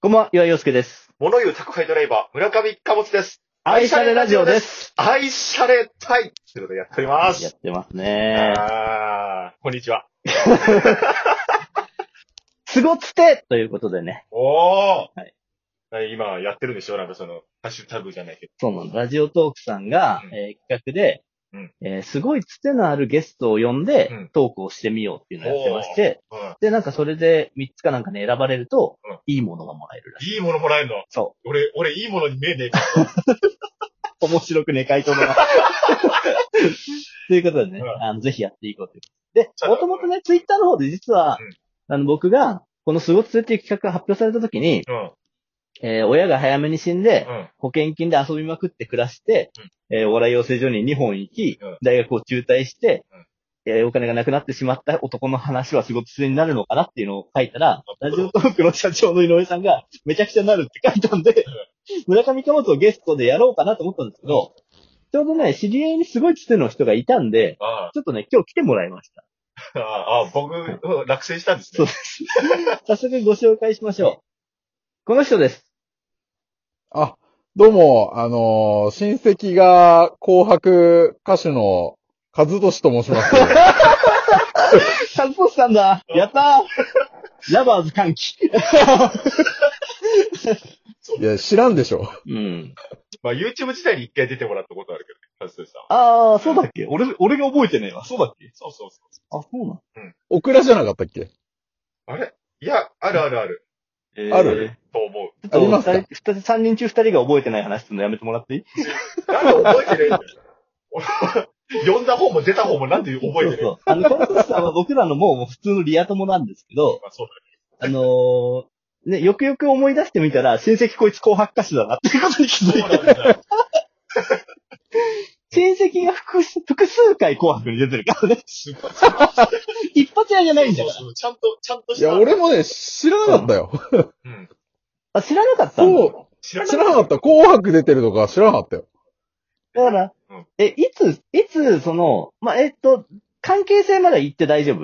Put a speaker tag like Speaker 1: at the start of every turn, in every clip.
Speaker 1: こんばんは、岩井洋介です。
Speaker 2: 物言う宅配ドライバー、村上貨物です。
Speaker 1: 愛車でラジオです。
Speaker 2: 愛されたいということでやっておりま
Speaker 1: やっ
Speaker 2: す。
Speaker 1: てますね。
Speaker 2: あーこんにちは。
Speaker 1: すごつてということでね。
Speaker 2: おー
Speaker 1: はい
Speaker 2: はい。今やってるんでしょなんかその、ハッシュタグじゃないけど。
Speaker 1: そうなの。ラジオトークさんが、
Speaker 2: うん
Speaker 1: えー企画で、
Speaker 2: うん
Speaker 1: えーすごいつてのあるゲストを呼んで、
Speaker 2: うん
Speaker 1: トークをしてみようっていうのをやってまして、
Speaker 2: うん。
Speaker 1: で、なんかそれで3つかなんかね、選ばれると、
Speaker 2: うん
Speaker 1: いいものがもらえるらしい。
Speaker 2: いいものもらえるの
Speaker 1: そ
Speaker 2: 俺、俺いいものに目ねえから。
Speaker 1: う。面白くね、回答が。 ということでね、
Speaker 2: うん
Speaker 1: あのぜひやっていこうということで。
Speaker 2: そ
Speaker 1: で、
Speaker 2: うだ
Speaker 1: もともとね、ツイッターの方で実は、
Speaker 2: うん
Speaker 1: あの僕が、このすごつてっていう企画が発表された時に、
Speaker 2: うん。
Speaker 1: えー親が早めに死んで、
Speaker 2: うん。
Speaker 1: 保険金で遊びまくって暮らして、えーお笑い養成所に2本行き、
Speaker 2: うん
Speaker 1: 大学を中退して、えーお金がなくなってしまった男の話は仕事中になるのかなっていうのを書いたら、
Speaker 2: うん
Speaker 1: ラジオトークの社長の井上さんが、めちゃくちゃなるって書いたんで、 村上貨物をゲストでやろうかなと思ったんですけど、ちょうどね、知り合いにすごいつての人がいたんで、
Speaker 2: あ
Speaker 1: ちょっとね、今日来てもらいました。
Speaker 2: ーあー、僕、落選したんです
Speaker 1: そう
Speaker 2: ね
Speaker 1: で。す。早速ご紹介しましょう。この人です。
Speaker 3: あ、どうも、あのー親戚が紅白歌手の和俊と申します。
Speaker 1: サンポスさんだやったーラバーズ歓喜
Speaker 3: いや、知らんでしょ。
Speaker 1: うん。
Speaker 2: まあ、YouTube 自体に一回出てもらったことあるけどね、カズさんは。
Speaker 1: ああ、そうだっけ俺、俺が覚えてねえわ。そうだっけ
Speaker 2: そうそうそう。
Speaker 1: あ、そうなん。
Speaker 3: オクラじゃなかったっけ
Speaker 2: あれいや、あるあるある。
Speaker 1: え
Speaker 3: ある
Speaker 2: と思う。
Speaker 1: ちょ
Speaker 3: あり
Speaker 1: っ
Speaker 3: ます
Speaker 1: と、
Speaker 3: か
Speaker 1: 二人、二人、三人中二人が覚えてない話するのやめてもらっていい
Speaker 2: なんで覚えてないんだよ。俺 呼んだ方も出た方もなんで覚
Speaker 1: そう
Speaker 2: えてない
Speaker 1: そう。あの、コントさんは僕らのもうもう普通のリア友なんですけど、
Speaker 2: まあ、そう
Speaker 1: あのー、ね、よくよく思い出してみたら、親戚こいつ紅白歌手だなっていうことに気づい
Speaker 2: そう
Speaker 1: て、
Speaker 2: なんだ。
Speaker 1: 親戚が複数、複数回紅白に出てるからね。
Speaker 2: すごい。
Speaker 1: 一発屋じゃないんだ
Speaker 2: そう
Speaker 1: から。
Speaker 2: そうちゃんと、ちゃんとし
Speaker 3: い
Speaker 2: た。
Speaker 3: や、俺もね、知らなかったよ。
Speaker 2: うん。
Speaker 1: あ、知らなかったんだ
Speaker 3: そ
Speaker 2: 知ら
Speaker 3: う、
Speaker 2: な
Speaker 3: 知
Speaker 2: から
Speaker 3: なかった。紅白出てるとか知らなかったよ。
Speaker 1: だから
Speaker 2: うん、
Speaker 1: え、いつ、いつ、その、まあ、えっと、関係性まで行って大丈夫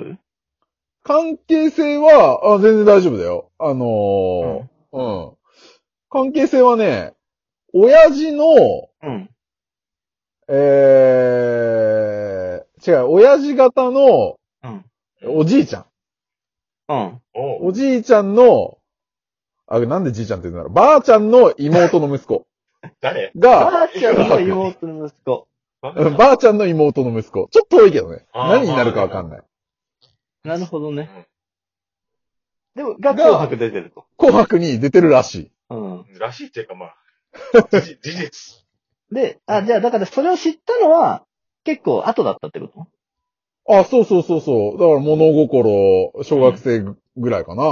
Speaker 3: 関係性は、あ全然大丈夫だよ。あのーうん、関係性はね、親父の、
Speaker 1: うん。
Speaker 3: えー、違う、親父型の
Speaker 1: うん。
Speaker 3: おじいちゃん。
Speaker 1: うん。
Speaker 2: おう
Speaker 3: おじいちゃんの、あ、なんでじいちゃんって言うんだろう。ばあちゃんの妹の息子
Speaker 2: 誰
Speaker 3: が、
Speaker 1: ばあちゃんの妹の息子。
Speaker 3: うんばあちゃんの妹の息子。ちょっと多いけどね。
Speaker 2: あー
Speaker 3: 何になるかわかんない。
Speaker 1: なるほどね。
Speaker 2: うん
Speaker 1: でも、が紅白出てると。
Speaker 3: 紅白に出てるらし
Speaker 1: うん。
Speaker 2: らしいっていうかまあ、事事実。
Speaker 1: で、あ、じゃあ、だからそれを知ったのは、結構後だったってこと
Speaker 3: い。あ、そうそうそうそう。だから物心、小学生ぐらいかな。
Speaker 2: あ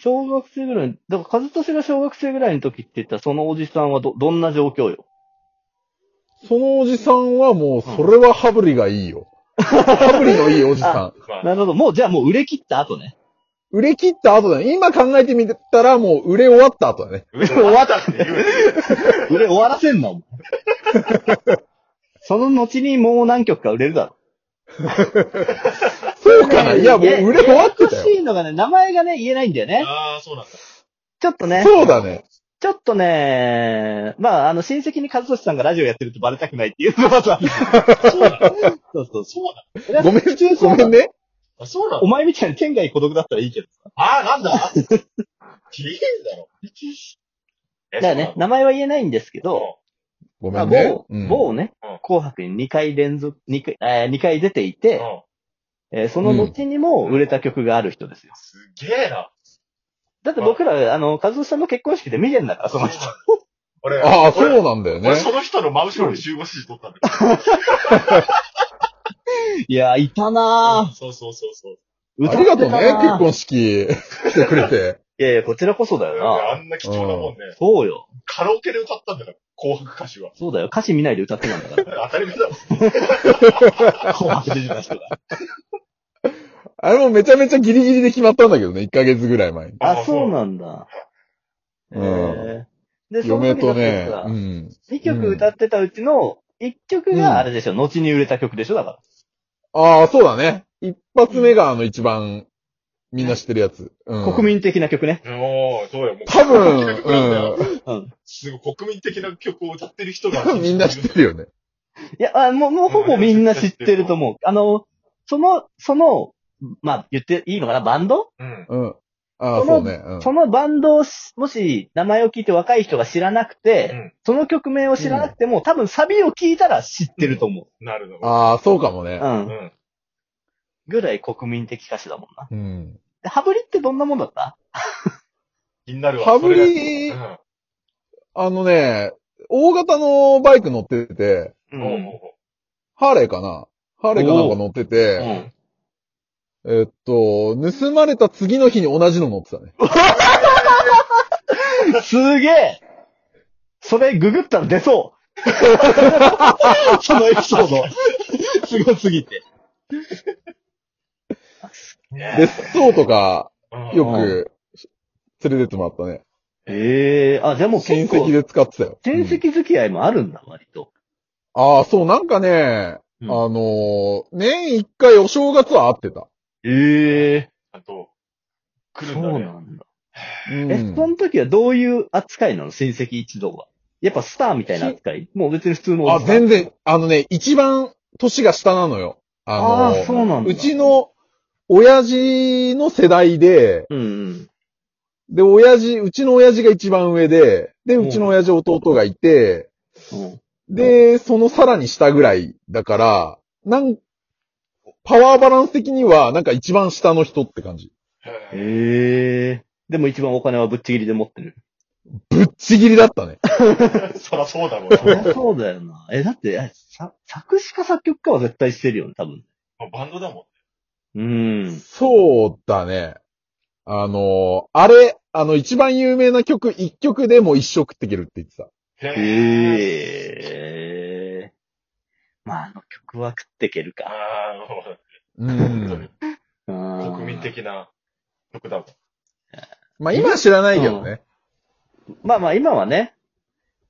Speaker 1: 小学生ぐらい、だから、和俊が小学生ぐらいの時って言ったら、そのおじさんはど、どんな状況よ。
Speaker 3: そのおじさんはもう、それはハブリがいいよ。ハブリのいいおじさん。
Speaker 2: ま
Speaker 1: な
Speaker 2: あ、
Speaker 1: るほど。もう、じゃあもう売れ切った後ね。
Speaker 3: 売れ切った後だね。今考えてみたらもう売れ終わった後だね。
Speaker 2: 終わったって言う。
Speaker 1: 売れ終わらせんな、お前。その後にもう何曲か売れるだろ。
Speaker 3: そうかな。いや、もう
Speaker 1: や
Speaker 3: 売れ終わってた
Speaker 1: ややこし
Speaker 3: よ。
Speaker 1: いのがね、名前がね、言えないんだよね。
Speaker 2: ああ、そうなんだ。
Speaker 1: ちょっとね。
Speaker 3: そうだね。
Speaker 1: ちょっとね、まあ、あの、親戚に和俊さんがラジオやってるってバレたくないっていうのはさ、
Speaker 2: そうなんだ。
Speaker 1: そうそうそ
Speaker 2: そうなんだ。
Speaker 1: う。
Speaker 3: ごめん
Speaker 1: 普通、そ
Speaker 3: ご
Speaker 1: う
Speaker 3: め
Speaker 1: だ
Speaker 3: んね。
Speaker 2: あ、そうなん
Speaker 1: お
Speaker 2: だ。
Speaker 1: 前みたいに天外孤独だったらいいけど。
Speaker 2: ああ、なんだ。きれいだろ。
Speaker 1: だ
Speaker 2: え
Speaker 1: からね、。名前は言えないんですけど、
Speaker 3: ご
Speaker 1: ま
Speaker 3: め
Speaker 1: あ、
Speaker 3: んね
Speaker 1: 某。、
Speaker 3: うん
Speaker 1: 某ね
Speaker 2: うん、
Speaker 1: 紅白に2回連続、2回、えー2回出ていて、
Speaker 2: うん
Speaker 1: えーその後にも売れた曲がある人ですよ。
Speaker 2: すげえな。
Speaker 1: だって僕ら、あの、和俊さんの結婚式で見てんだから、その人。
Speaker 2: 俺、
Speaker 3: ああ、そ
Speaker 2: 俺
Speaker 3: うなんだよね
Speaker 2: 俺。その人の真後ろで集合指示取ったんだけ
Speaker 1: いやー、いた
Speaker 2: ど。
Speaker 1: な
Speaker 2: そうそうそうそう。
Speaker 1: ぁ。
Speaker 3: ありがとうね、結
Speaker 1: 構。
Speaker 3: 婚式来てくれて。
Speaker 1: いやいや、こちらこそだよ
Speaker 2: あ
Speaker 1: な。
Speaker 2: んな貴重なもんね。
Speaker 1: そうよ。
Speaker 2: カラオケで歌ったんだから、紅白歌手は。
Speaker 1: そうだよ。歌詞見ないで歌ってたんだから。
Speaker 2: 当たり前だろ。
Speaker 1: 紅白出てた人が。
Speaker 3: あれもめちゃめちゃギリギリで決まったんだけどね、1ヶ月ぐらい前に。
Speaker 1: あ、そうなんだ。
Speaker 3: うん
Speaker 1: えーで、その時
Speaker 3: 嫁
Speaker 1: だ
Speaker 3: と
Speaker 1: って
Speaker 3: ね、
Speaker 1: さ
Speaker 3: う、ん。
Speaker 1: 2曲歌ってたうちの、1曲があれでしょ、後に売れた曲でしょだから。
Speaker 3: ああ、そうだね。一発目があの一番みんな知ってるやつ。うん、
Speaker 1: 国民的な曲ね。
Speaker 2: おー、そうよ、もう。
Speaker 3: 多
Speaker 2: 国
Speaker 3: 分、
Speaker 2: 民的な曲なんだよ
Speaker 3: う
Speaker 1: うん。
Speaker 2: すごい国民的な曲を歌ってる人が。
Speaker 3: ん。 みんな知ってるよね。
Speaker 1: いや、あもう、もうほぼみんな知ってると思う。あの、その、その、まあ、言っていいのかなバンド
Speaker 2: うん。
Speaker 3: うん。ああ、
Speaker 1: その
Speaker 3: そうね。うん。
Speaker 1: そのバンドをし、もし名前を聞いて若い人が知らなくて、
Speaker 2: うん
Speaker 1: その曲名を知らなくても、多分サビを聞いたら知ってると思
Speaker 2: なるほど。
Speaker 3: ああ、そうかも
Speaker 1: う。
Speaker 3: ね
Speaker 1: う。。
Speaker 2: うんん。
Speaker 1: ぐらい国民的歌手だもんな。
Speaker 3: うん。
Speaker 1: で羽振りってどんなもんだった
Speaker 2: 気になるわ。
Speaker 3: 羽振
Speaker 2: それ
Speaker 3: り、
Speaker 2: が
Speaker 3: あのね、大型のバイク乗ってて、
Speaker 1: う
Speaker 2: うん。おうおう
Speaker 3: ハーレーかなハーレーかなんか乗って
Speaker 1: う
Speaker 3: て、
Speaker 1: ん。
Speaker 3: えっと、盗まれた次の日に同じの乗ってたね。
Speaker 1: すげえそれググったら出そうそのエピソード。すごすぎて。
Speaker 2: おうね
Speaker 3: で、そうとか、
Speaker 2: うん
Speaker 3: よく、連れてってもらったね。
Speaker 1: ええあ、じゃあもう
Speaker 3: 親
Speaker 1: 結構
Speaker 3: 戚、で使ってたよ。
Speaker 1: 親
Speaker 3: うん
Speaker 1: 戚付き合いもあるんだ、割と。
Speaker 3: ああ、そう、なんかね、
Speaker 1: うん
Speaker 3: あのー年一回お正月は会ってた。
Speaker 1: ええ
Speaker 2: あと、来る
Speaker 1: そ
Speaker 2: んだ
Speaker 1: う
Speaker 2: ね。
Speaker 1: なんだ。
Speaker 3: うん
Speaker 1: え、その時はどういう扱いなの親戚一同は。やっぱスターみたいな扱いもう別に普通のお
Speaker 3: あ、
Speaker 1: じさん
Speaker 3: 全。然、あのね、一番年が下なのよ。あ
Speaker 1: ああ
Speaker 3: のー
Speaker 1: ー、そうなんだ。
Speaker 3: うち。の、親父の世代で、
Speaker 1: うんうん。
Speaker 3: で、親父、うちの親父が一番上で、で、
Speaker 1: うん
Speaker 3: うちの親父弟がいて、
Speaker 1: うん
Speaker 3: で、そのさらに下ぐらいだから、なん、パワーバランス的には、なんか一番下の人って感じ。
Speaker 1: へ
Speaker 2: へ
Speaker 1: え。でも一番お金はぶっちぎりで持って る。
Speaker 3: ぶっちぎり だったね。
Speaker 2: ーそらそうだ ろうな。
Speaker 1: そうだよな。え、だって、えさ作詞か作曲家は絶対してるよね、多分。
Speaker 2: まあバンドだもん。
Speaker 1: うん。
Speaker 3: そうだね。あのーあれ、あの、一番有名な曲、一曲でもう一生食っていけるって言ってた。
Speaker 2: へえ。
Speaker 1: へえ。まあ、あの曲は食ってけるか。
Speaker 2: ああ、もう
Speaker 3: う
Speaker 2: 本
Speaker 3: ん。
Speaker 2: 当に
Speaker 1: 国
Speaker 2: 国民。的な曲だもん。
Speaker 3: まあ、今は知らないけどね。
Speaker 1: まあまあ、今はね。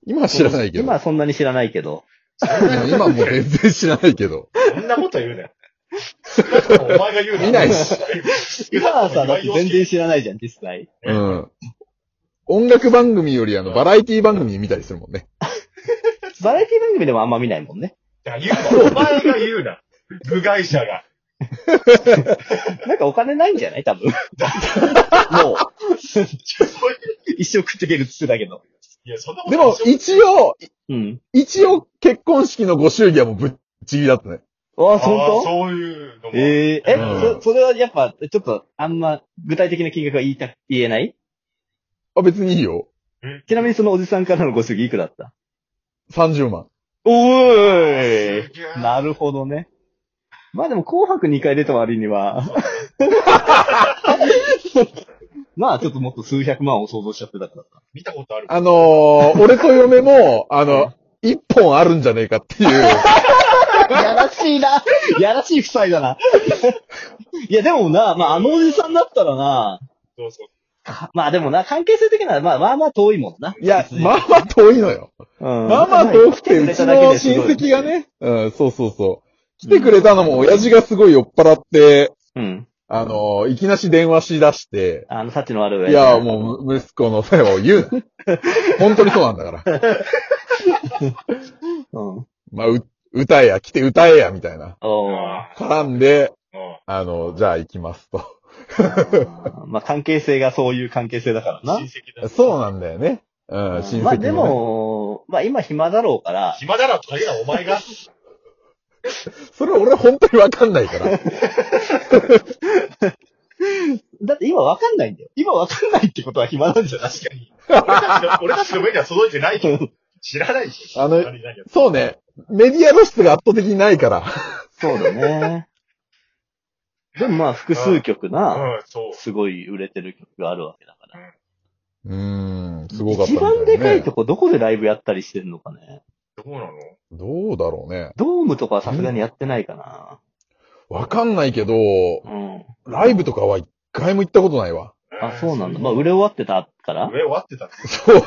Speaker 3: 今は知らないけど。
Speaker 1: 今はそんなに知らないけど。
Speaker 3: うん今もう全然知らないけど。
Speaker 2: そんなこと言うなよ。少なくともお前が言うな。
Speaker 3: 見ないし。
Speaker 1: 今はさ、だって全然知らないじゃん、実際。
Speaker 3: うん。音楽番組より、あの、バラエティ番組見たりするもんね。
Speaker 1: バラエティ番組でもあんま見ないもんね。
Speaker 2: だから言うな。お前が言うな。部外者が。
Speaker 1: なんかお金ないんじゃない多 分。もう、一生食ってけるっつってたけど。
Speaker 2: いや、そんなこと
Speaker 3: でも、一応、
Speaker 1: うん。
Speaker 3: 一応、結婚式のご祝儀はもうぶっちぎりだったね。
Speaker 1: ああ、
Speaker 2: あー
Speaker 1: 本
Speaker 2: そういうのも。
Speaker 1: 当えええ、
Speaker 3: うん
Speaker 1: そ、それはやっぱ、ちょっと、あんま、具体的な金額は言いた、言えない
Speaker 3: あ、別にいいよ。
Speaker 1: ちなみにそのおじさんからのご祝儀いくらだった
Speaker 3: 30万。
Speaker 1: お
Speaker 2: す
Speaker 1: ー
Speaker 2: げ え
Speaker 1: なるほどね。まあでも、紅白2回出た割には、 まあちょっともっと数百万を想像しちゃってたからさ。
Speaker 2: 見たことある。
Speaker 3: あのー、 俺と嫁も、あの、一本あるんじゃねえかっていう。
Speaker 1: やらしいな。 やらしい夫妻だな。 いや、でもな、まあ、あのおじさんだったらな、
Speaker 2: そうそう。
Speaker 1: かまあでもな、関係性的な、まあまあまあ遠いもんな。
Speaker 3: いや、まあまあ遠いのよ。
Speaker 1: うん、
Speaker 3: まあまあ遠くて、
Speaker 1: 来
Speaker 3: う
Speaker 1: くれ
Speaker 3: ち
Speaker 1: ただけ
Speaker 3: の
Speaker 1: です
Speaker 3: 親
Speaker 1: ごい
Speaker 3: 戚が。ね。うん、そうそうそう。来てくれたのも、親父がすごい酔っ払って、
Speaker 1: うん。
Speaker 3: あのー、いきなし電話しだして、
Speaker 1: あの、幸の悪い。
Speaker 3: いや、もう、息子の世話を言う な。本当にそうなんだから。
Speaker 1: う。うん。
Speaker 3: まあ、う、歌えや、来て歌えや、みたいな。
Speaker 1: おー
Speaker 2: あ
Speaker 3: 絡んで、
Speaker 2: ーうん
Speaker 3: あの、じゃあ行きますと。
Speaker 1: まあ関係性がそういう関係性だからな
Speaker 2: 親。戚だ。
Speaker 3: そうなんだよね。うん、親戚、ね。
Speaker 1: まあで、も、まあ今暇だろうから、
Speaker 2: 暇だなとか言うな、お前が。
Speaker 3: それ俺本当にわかんな いから。
Speaker 1: だって今わかんないんだよ。今わかんないってことは暇なんじゃない
Speaker 2: 確かに。俺たちの、俺たちの上には届いてないけど、知らないし。
Speaker 3: あの
Speaker 2: 何々や
Speaker 3: そうね。メディア露出が圧倒的にないから。
Speaker 1: そうだね。でもまあ複数曲な。
Speaker 2: うん、そう。
Speaker 1: すごい売れてる曲があるわけだから。
Speaker 3: うーん、すごかった、
Speaker 1: 一番でかいと。こどこでライブやったりしてんのかね。
Speaker 2: どうなの
Speaker 3: どうだろうね。
Speaker 1: ドームとかはさすがにやってないかな。
Speaker 3: わかんないけど、
Speaker 1: うん。
Speaker 3: ライブとかは一回も行ったことないわ。
Speaker 1: あ、そうなんだ。まあ売れ終わってたから。
Speaker 2: 上終わってた。
Speaker 3: そう。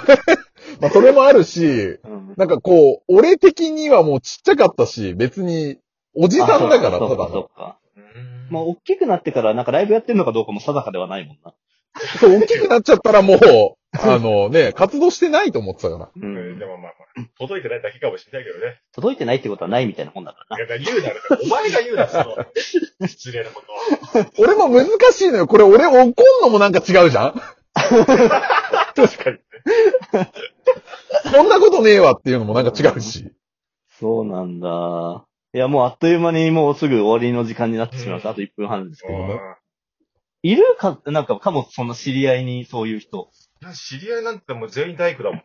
Speaker 3: まあ、それもあるし、
Speaker 1: うん。
Speaker 3: なんかこう、俺的にはもうちっちゃかったし、別に、おじさんだから、た
Speaker 1: あそう
Speaker 3: だ
Speaker 1: かそ
Speaker 3: の。
Speaker 1: うか。
Speaker 2: うん
Speaker 1: まあ、大きくなってからなんかライブやってんのかどうかも定かではないもんな。
Speaker 3: そう、大きくなっちゃったらもう、あのね、活動してないと思ってたから。
Speaker 1: う
Speaker 2: うん
Speaker 1: ん
Speaker 2: で。もまあまあ、届いてないだけかもしれないけどね。
Speaker 1: 届いてないってことはないみたいな本だから
Speaker 2: いや、だから言うなら、お前が言うなら、その、 失礼なことを。
Speaker 3: 俺も難しいのよ。これ俺怒んのもなんか違うじゃん
Speaker 2: 確かに。
Speaker 3: そんなことねえわっていうのもなんか違うし。
Speaker 1: そうなんだ。いや、もうあっという間にもうすぐ終わりの時間になってしまいました。あと1分半ですけど。
Speaker 3: う
Speaker 1: いるか、なんか、かも、その知り合いにそういう人。
Speaker 2: うん知り合いなんてもう全員大工 だもん。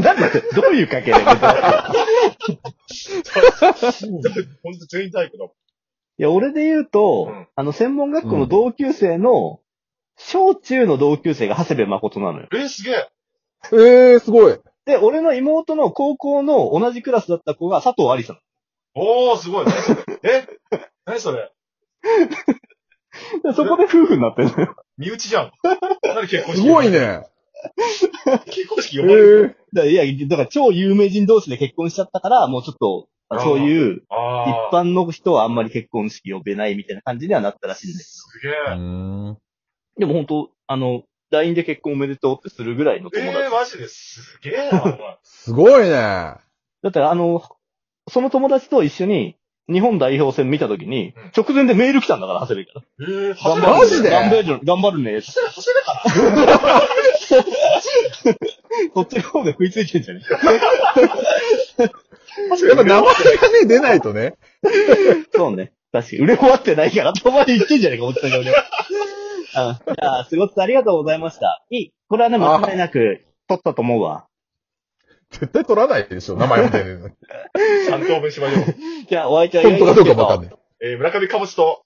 Speaker 1: なんだって、どういう関係だ
Speaker 2: ほんと全員大工だもん。
Speaker 1: いや、俺で言うと、
Speaker 2: うん
Speaker 1: あの、専門学校の同級生の、小中の同級生が長谷部誠なのよ。
Speaker 2: えー、すげえ
Speaker 3: ええー、すごい。
Speaker 1: で、俺の妹の高校の同じクラスだった子が佐藤ありさん。
Speaker 2: おー、すごい。何それ え何それ
Speaker 1: でそこで夫婦にな ってるのよ。
Speaker 2: 身内じゃん。なんで結婚
Speaker 3: す
Speaker 2: 式
Speaker 3: ごい。ね。
Speaker 2: 結婚式
Speaker 3: ええ
Speaker 2: 呼ばれる。
Speaker 3: ー。
Speaker 1: だいや、だから超有名人同士で結婚しちゃったから、もうちょっと、
Speaker 2: あー
Speaker 1: そういう、一
Speaker 2: ああ。
Speaker 1: 般の人はあんまり結婚式呼べないみたいな感じにはなったらしいんだけ
Speaker 2: すげえ。
Speaker 3: うーん
Speaker 1: ど。でも本当あの、LINE で結婚おめでとうってするぐらいの友達。
Speaker 2: えー、マジですげえな、お前。
Speaker 3: すごいね。
Speaker 1: だってあの、その友達と一緒に、日本代表戦見たときに
Speaker 2: うん、
Speaker 1: 直前でメール来たんだから、長谷部から。
Speaker 2: えー、
Speaker 3: 張
Speaker 2: 初
Speaker 3: る
Speaker 2: め
Speaker 3: マジで
Speaker 1: 頑張る、頑張るね。そっちの方が食いついてんじゃね
Speaker 3: やっぱ名前がね、出ないとね。
Speaker 1: そうね。確かに。売れ終わってないから、たまに言ってんじゃねえか、おじさんが俺 は。あじゃあ、すごつありがとうございました。いい。これはね、間違いなく、取ったと思うわ。
Speaker 3: 絶対取らないでしょ、名前も出ないのに。
Speaker 2: 三等分しましょう。
Speaker 1: じゃあ、お相手は
Speaker 3: 本当かどうかもわかん
Speaker 1: ない。
Speaker 3: ない。
Speaker 2: えー、村上かぼちと。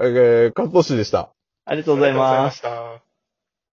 Speaker 3: えー、カットシーでした。
Speaker 1: ありがとうございます。
Speaker 2: ありがとうございました。